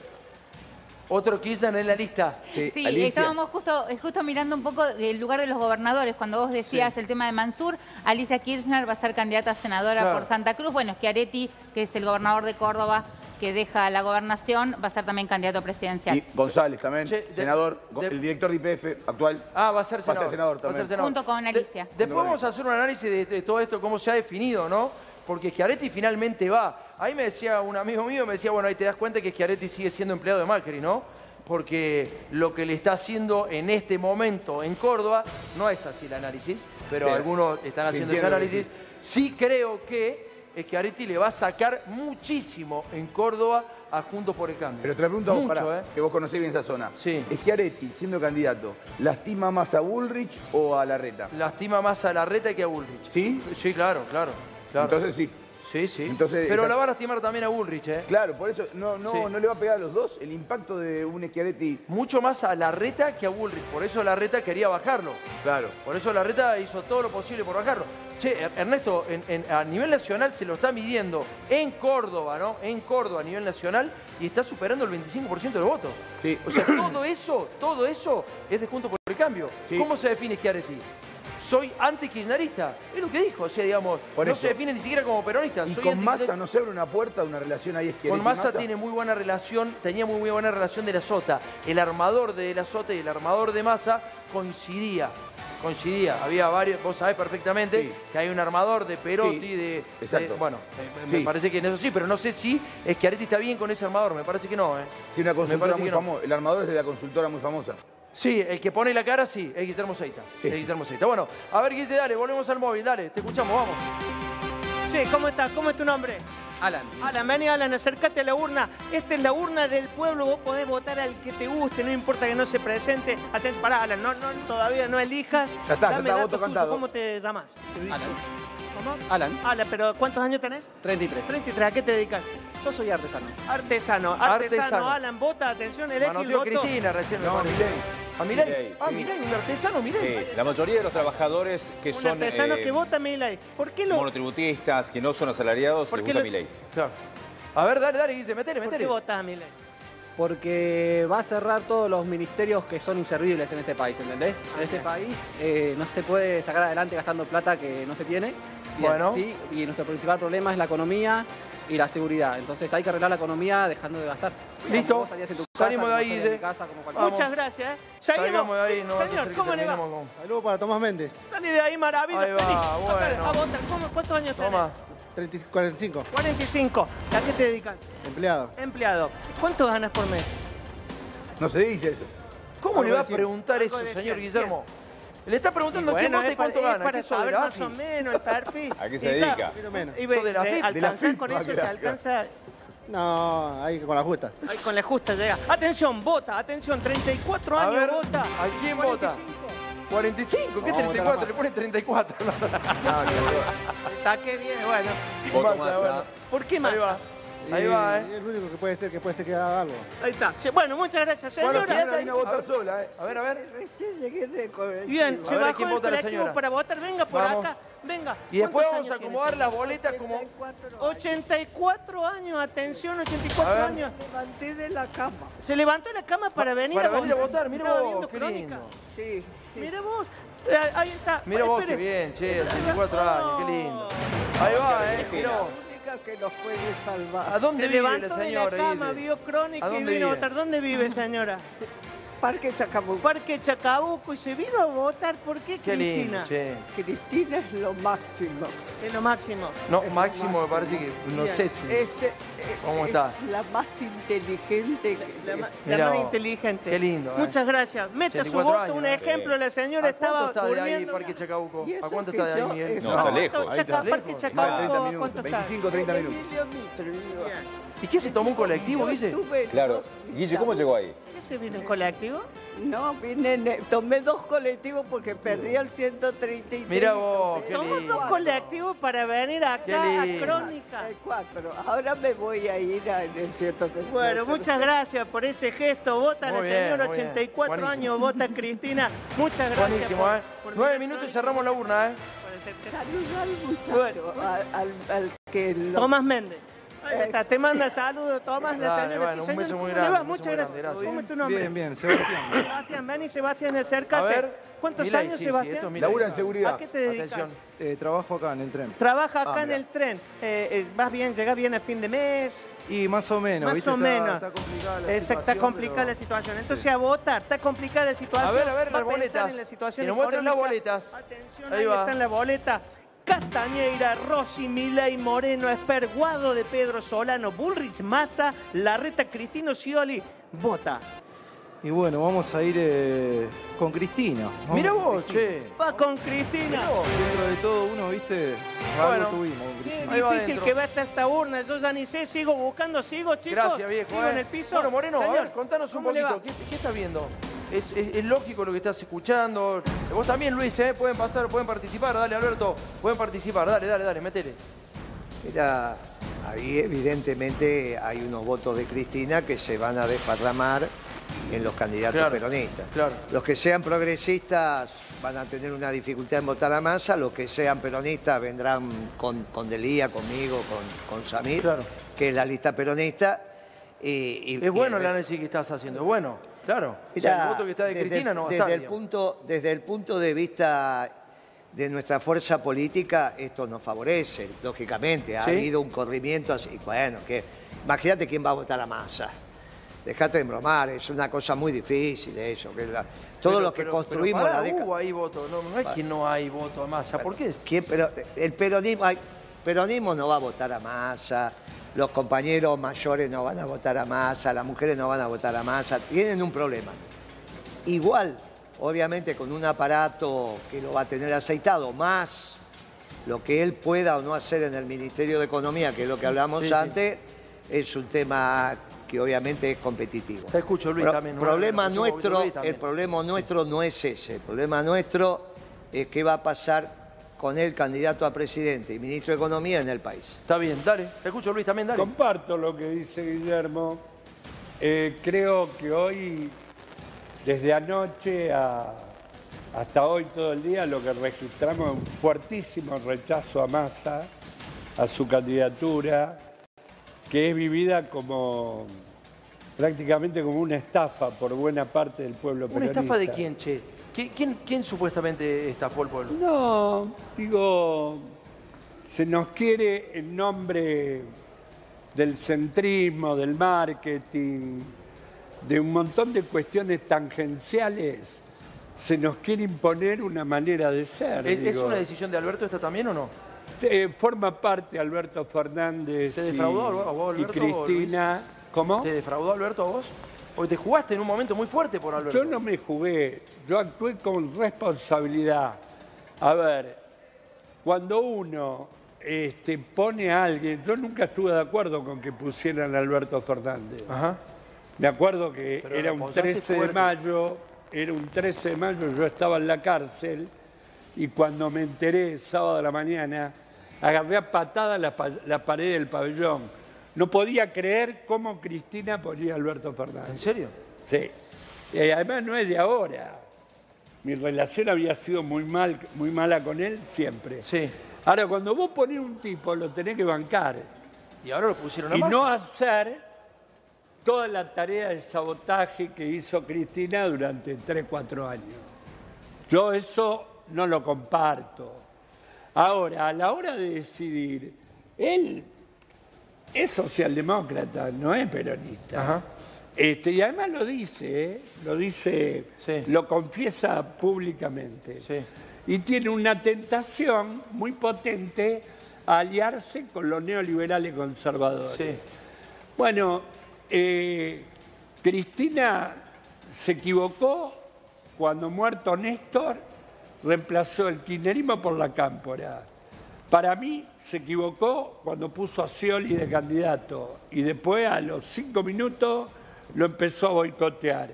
¿Otro Kirchner en la lista? Sí, Sí, Alicia. estábamos justo, eh, justo mirando un poco el lugar de los gobernadores. Cuando vos decías el tema de Mansur, Alicia Kirchner va a ser candidata a senadora Claro. por Santa Cruz. Bueno, Schiaretti, que es el gobernador de Córdoba, que deja la gobernación, va a ser también candidato presidencial. Y González también, senador, go- el director de IPF actual. Ah, va a ser Va a senador. ser senador Va a ser también. senador. Junto con Alicia. Después vamos a hacer un análisis de, de todo esto, cómo se ha definido, ¿no? Porque Schiaretti finalmente va. Ahí me decía un amigo mío, me decía, bueno, ahí te das cuenta que Schiaretti sigue siendo empleado de Macri, ¿no? Porque lo que le está haciendo en este momento en Córdoba, no es así el análisis, pero Sí. algunos están haciendo ese Entiendo lo que análisis. Sí creo que Schiaretti le va a sacar muchísimo en Córdoba a Juntos por el Cambio. Pero te la pregunto a vos, Mucho, pará, ¿eh? que vos conocés bien esa zona. Sí. Schiaretti, siendo candidato, ¿lastima más a Bullrich o a Larreta? Lastima más a Larreta que a Bullrich. ¿Sí? Sí, claro, claro. claro. Entonces sí. Sí, sí. Entonces, Pero esa- la va a lastimar también a Bullrich, ¿eh? Claro, por eso no, no, Sí. no le va a pegar a los dos el impacto de un Schiaretti. Mucho más a Larreta que a Bullrich. Por eso Larreta quería bajarlo. Claro. Por eso Larreta hizo todo lo posible por bajarlo. Che, Er- Ernesto, en- en- a nivel nacional se lo está midiendo en Córdoba, ¿no? En Córdoba a nivel nacional y está superando el 25% de los votos. Sí. O sea, todo eso, todo eso es de Juntos por el Cambio. ¿Cómo se define Schiaretti? Soy anti-kirchnerista. Es lo que dijo. O sea, digamos, Por no eso. se define ni siquiera como peronista. Y Soy con anti-kirchnerista. Massa no se abre una puerta de una relación ahí Schiaretti. Con Massa tiene muy buena relación, tenía muy, muy buena relación de la Sota. El armador de la Sota y el armador de Massa coincidía. Coincidía. Había varios, vos sabés perfectamente que hay un armador de Perotti, Sí, de, exacto. de- Bueno, me- me Sí. parece que en eso sí, pero no sé si es que está bien con ese armador, me parece que no, ¿eh? Tiene una Me consultora parece muy que no. famosa. El armador es de la consultora muy famosa. Sí, el que pone la cara sí, es Guillermo Seita. Sí. Es Guillermo Seita. Bueno, a ver, Guille, dale, volvemos al móvil, dale, te escuchamos, vamos. Che, ¿cómo estás? ¿Cómo es tu nombre? Alan. Alan, vení Alan, acércate a la urna. Esta es la urna del pueblo, vos podés votar al que te guste, no importa que no se presente. Atención, pará, Alan, no, no, todavía no elijas. Ya está, ya Dame está, datos voto tuyos. cantado. ¿Cómo te llamas? ¿Cómo? Alan. Alan, pero ¿cuántos años tenés? 33. 33, ¿a qué te dedicas? Yo soy artesano. Artesano, artesano, Artesano. Alan, vota, atención, elegí el Manoteó voto. Cristina recién. me No, parece. Milei. ¿A Milei? Milei, Ah, sí. Milei, un artesano, Milei. Sí, la mayoría de los trabajadores que Un son artesano eh, que vota, Milay. ¿Por qué lo monotributistas, que no son asalariados, les qué gusta lo- mi ley. A ver, dale, dale, Guille, metele, ¿Por metele. qué votás, Milay? Porque va a cerrar todos los ministerios que son inservibles en este país, ¿entendés? En este país eh, no se puede sacar adelante gastando plata que no se tiene. Y, Bueno. ¿sí? y nuestro principal problema es la economía y la seguridad. Entonces hay que arreglar la economía dejando de gastar. Listo. Como vos salías en tu Salimos casa, de ahí, como salías de mi Guille. casa, como cualquier- Muchas gracias. ¿eh? Salimos. Salgamos de ahí, Sí, no vaya a ser señor, que ¿cómo le va? terminemos con- Saludos para Tomás Méndez. Sale de ahí, maravilla. Ahí va, Vení, a bueno. ver, a votar. ¿Cómo- ¿Cuántos años Toma. 30 45. tenés? 45. ¿A qué te dedicas? Empleado. Empleado. ¿Cuánto ganas por mes? No se dice eso. ¿Cómo le Algo va a decir. preguntar Algo eso, decir, señor bien. Guillermo? Le está preguntando Y quién bueno, vota y es para- cuánto es gana. para ¿Qué sos de saber la más AFI? o menos el perfil. ¿A qué Y se claro, dedica? Y ¿Sos de la se- AFI? De la alcanzás AFI, con va, eso, te claro. alcanza. No, ahí con la justa. Ahí con la justa llega. Atención, vota, atención, 34 A años ver, vota. ¿a quién vota? 45, ¿qué No, vamos a votar 34? más. Le pone 34. No, no, no. Saqué 10, bueno. ¿ah? Voto Massa, Massa. bueno. ¿Por qué más? Ahí Y va, ¿eh? Es lo único que puede ser que puede ser que haga algo. Ahí está. Sí, Bueno, muchas gracias, señora. sola, ¿eh? A ver, a ver. Bien, A se ver, bajó ¿quién el vota la colectivo señora? para votar. Venga por Vamos. acá. Venga. Y después ¿Cuántos vamos a años tiene acomodar señora? las boletas como... 84 años, atención, 84 A ver. años. levanté de la cama. Se levantó de la cama para venir, para a, venir a votar, mira Estaba vos, viendo qué crónica. lindo. Sí, sí. Mira vos, eh, ahí está. Mira vos qué Espere. bien, che, 84 años, qué lindo. Ahí va, eh, mirá vos. única que nos puede salvar. ¿A dónde Se vive la levantó señora, de la cama, dice? vio crónica ¿A y dónde vino a vive? votar. ¿Dónde vive, señora? Parque Chacabuco. Parque Chacabuco y se vino a votar. ¿Por qué, Qué lindo, Cristina? che. Cristina es lo máximo. Es lo máximo. No, Máximo me parece que... No sé si... Es, eh, ¿Cómo es está? la más inteligente. que- La Mirá mano vos. inteligente. Qué lindo, eh. Muchas gracias. Meta su 84 voto, años, un ¿no? ejemplo. La señora ¿A cuánto estaba está de ahí durmiendo. Parque Chacabuco? Y ¿A eso cuánto que está de ahí, yo- Miguel? No, está lejos. Ahí está. Parque Chacabuco, ¿cuánto está? 25, 30 minutos. Emilio Mitre, viva. ¿Y qué se tomó un colectivo, Yo dice? estuve en Claro. dos- Guille, ¿cómo llegó ahí? ¿Qué se vino en colectivo? No, vine, en el- tomé dos colectivos porque perdí el 133. Mirá vos, qué Tomó lindo. dos colectivos para venir Qué acá a lindo. Crónica. Cuatro. Ahora me voy a ir al el 133. Bueno, muchas gracias por ese gesto. Vota la Muy bien, señora, muy bien. 84 Buenísimo. años. Vota Cristina. Muchas gracias. Buenísimo, por- ¿eh? Nueve minutos y cerramos la urna, ¿eh? por aceptar. Saluda al muchacho, a- al, al que lo... Tomás Méndez. Ahí está, te manda saludos, Tomás, la Dale, señora. bueno, sí, un señor. beso muy ¿Cómo le grande, va? un beso Muchas muy gracias. grande, gracias. ¿Cómo es tu nombre? Bien, bien, Sebastián. Sebastián, ven y Sebastián, acércate. A ver, ¿Cuántos Milei, años, sí, sí, Sebastián? esto es Milei. Labura Labura en seguridad. ¿A qué te dedicas? Atención. Eh, trabajo acá en el tren. Trabaja acá Ah, en mirá. el tren. Eh, eh, ¿Vas bien? ¿Llegás bien a fin de mes? Y más o menos, Más ¿viste? o Está- menos. Está complicada la Esa- está situación, complicada pero- la situación. Entonces, a votar. Está complicada la situación. A ver, a ver, Va las pensar boletas. en la situación Que nos muestren las económica. boletas. Atención, Ahí ahí, va. están las boletas. Castañeira, Rossi, Milei, Moreno, Esper, Guado de Pedro Solano, Bullrich, Massa, Larreta, Cristino Scioli. Vota. Y bueno, vamos a ir eh, con Cristina. Vamos Mira con vos, Cristina. che. Va con Cristina. Dentro de todo uno, ¿viste? Bueno. Algo tuvimos con Cristina. Qué difícil que va a estar esta urna. Yo ya ni sé, sigo buscando, sigo, chicos. Gracias, viejo. Sigo ¿eh? en el piso. Bueno, Moreno, a Señor, ver, contanos un ¿cómo le poquito. va? ¿Qué, qué estás viendo? Es, es- es lógico lo que estás escuchando. Vos también, Luis, ¿eh? Pueden pasar, pueden participar. Dale, Alberto. Pueden participar. Dale, dale, dale, metele. Mira, ahí evidentemente hay unos votos de Cristina que se van a desparramar en los candidatos Claro, peronistas. claro. Los que sean progresistas van a tener una dificultad en votar a masa, los que sean peronistas vendrán con, con Delía, conmigo, con, con Samir, que es la lista peronista. Y, Es bueno el la análisis que estás haciendo. Es bueno, claro. O sea, el voto que está de desde, Cristina no va a desde estar, el digamos. punto, desde el punto de vista de nuestra fuerza política, esto nos favorece, lógicamente. Ha ¿Sí? habido un corrimiento así. Bueno, que imagínate quién va a votar a masa. Dejate de bromar, es una cosa muy difícil eso. Que la- todos Pero- los que pero- construimos pero pará, la década. hubo ahí voto. No, no es que no hay voto a masa. ¿Por qué? ¿Quién? Pero el peronismo, ay, peronismo no va a votar a masa, los compañeros mayores no van a votar a masa, las mujeres no van a votar a masa, tienen un problema. Igual, obviamente con un aparato que lo va a tener aceitado, más lo que él pueda o no hacer en el Ministerio de Economía, que es lo que hablamos Sí, sí. antes, es un tema que obviamente es competitivo. Te escucho, Luis, Pro- también. problema Bueno, te escucho, nuestro, Luis, también. el problema nuestro no es ese. El problema nuestro es qué va a pasar con el candidato a presidente y ministro de Economía en el país. Está bien, dale. Te escucho, Luis, también, dale. Comparto lo que dice Guillermo. Eh, creo que hoy, desde anoche a- hasta hoy todo el día, lo que registramos es un fuertísimo rechazo a Massa, a su candidatura, que es vivida como prácticamente como una estafa por buena parte del pueblo ¿Una peronista. estafa de quién, che? ¿Qui- ¿Quién, quién supuestamente estafó al pueblo? No, digo, se nos quiere en nombre del centrismo, del marketing, de un montón de cuestiones tangenciales, se nos quiere imponer una manera de ser. ¿Es, es digo. una decisión de Alberto esta también o no? Eh, forma parte Alberto Fernández ¿Te y- defraudó a vos, y Alberto? Cristina. ¿Cómo? ¿Te defraudó Alberto a vos? Porque te jugaste en un momento muy fuerte por Alberto. Yo no me jugué, yo actué con responsabilidad. A ver, cuando uno este, pone a alguien, yo nunca estuve de acuerdo con que pusieran a Alberto Fernández. Me acuerdo que Ah. Pero era lo un apoyaste 13 de fuerte. mayo, era un 13 de mayo, yo estaba en la cárcel y cuando me enteré sábado a la mañana, agarré a patada la, pa- la pared del pabellón. No podía creer cómo Cristina ponía a Alberto Fernández. ¿En serio? Sí. Y además no es de ahora. Mi relación había sido muy, mal, muy mala con él siempre. Sí. Ahora, cuando vos ponés un tipo, lo tenés que bancar. Y ahora lo pusieron a Y Massa. no hacer toda la tarea de sabotaje que hizo Cristina durante 3, 4 años. Yo eso no lo comparto. Ahora, a la hora de decidir, él es socialdemócrata, no es peronista. Este, y además lo dice, ¿eh? lo dice, lo confiesa públicamente. Y tiene una tentación muy potente a aliarse con los neoliberales conservadores. Bueno, eh, Cristina se equivocó cuando muerto Néstor reemplazó el kirchnerismo por la cámpora. Para mí se equivocó cuando puso a Scioli de candidato y después a los cinco minutos lo empezó a boicotear.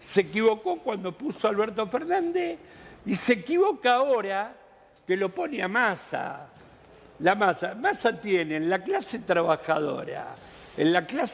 Se equivocó cuando puso a Alberto Fernández y se equivoca ahora que lo pone a Massa. La masa. Massa tiene en la clase trabajadora, en la clase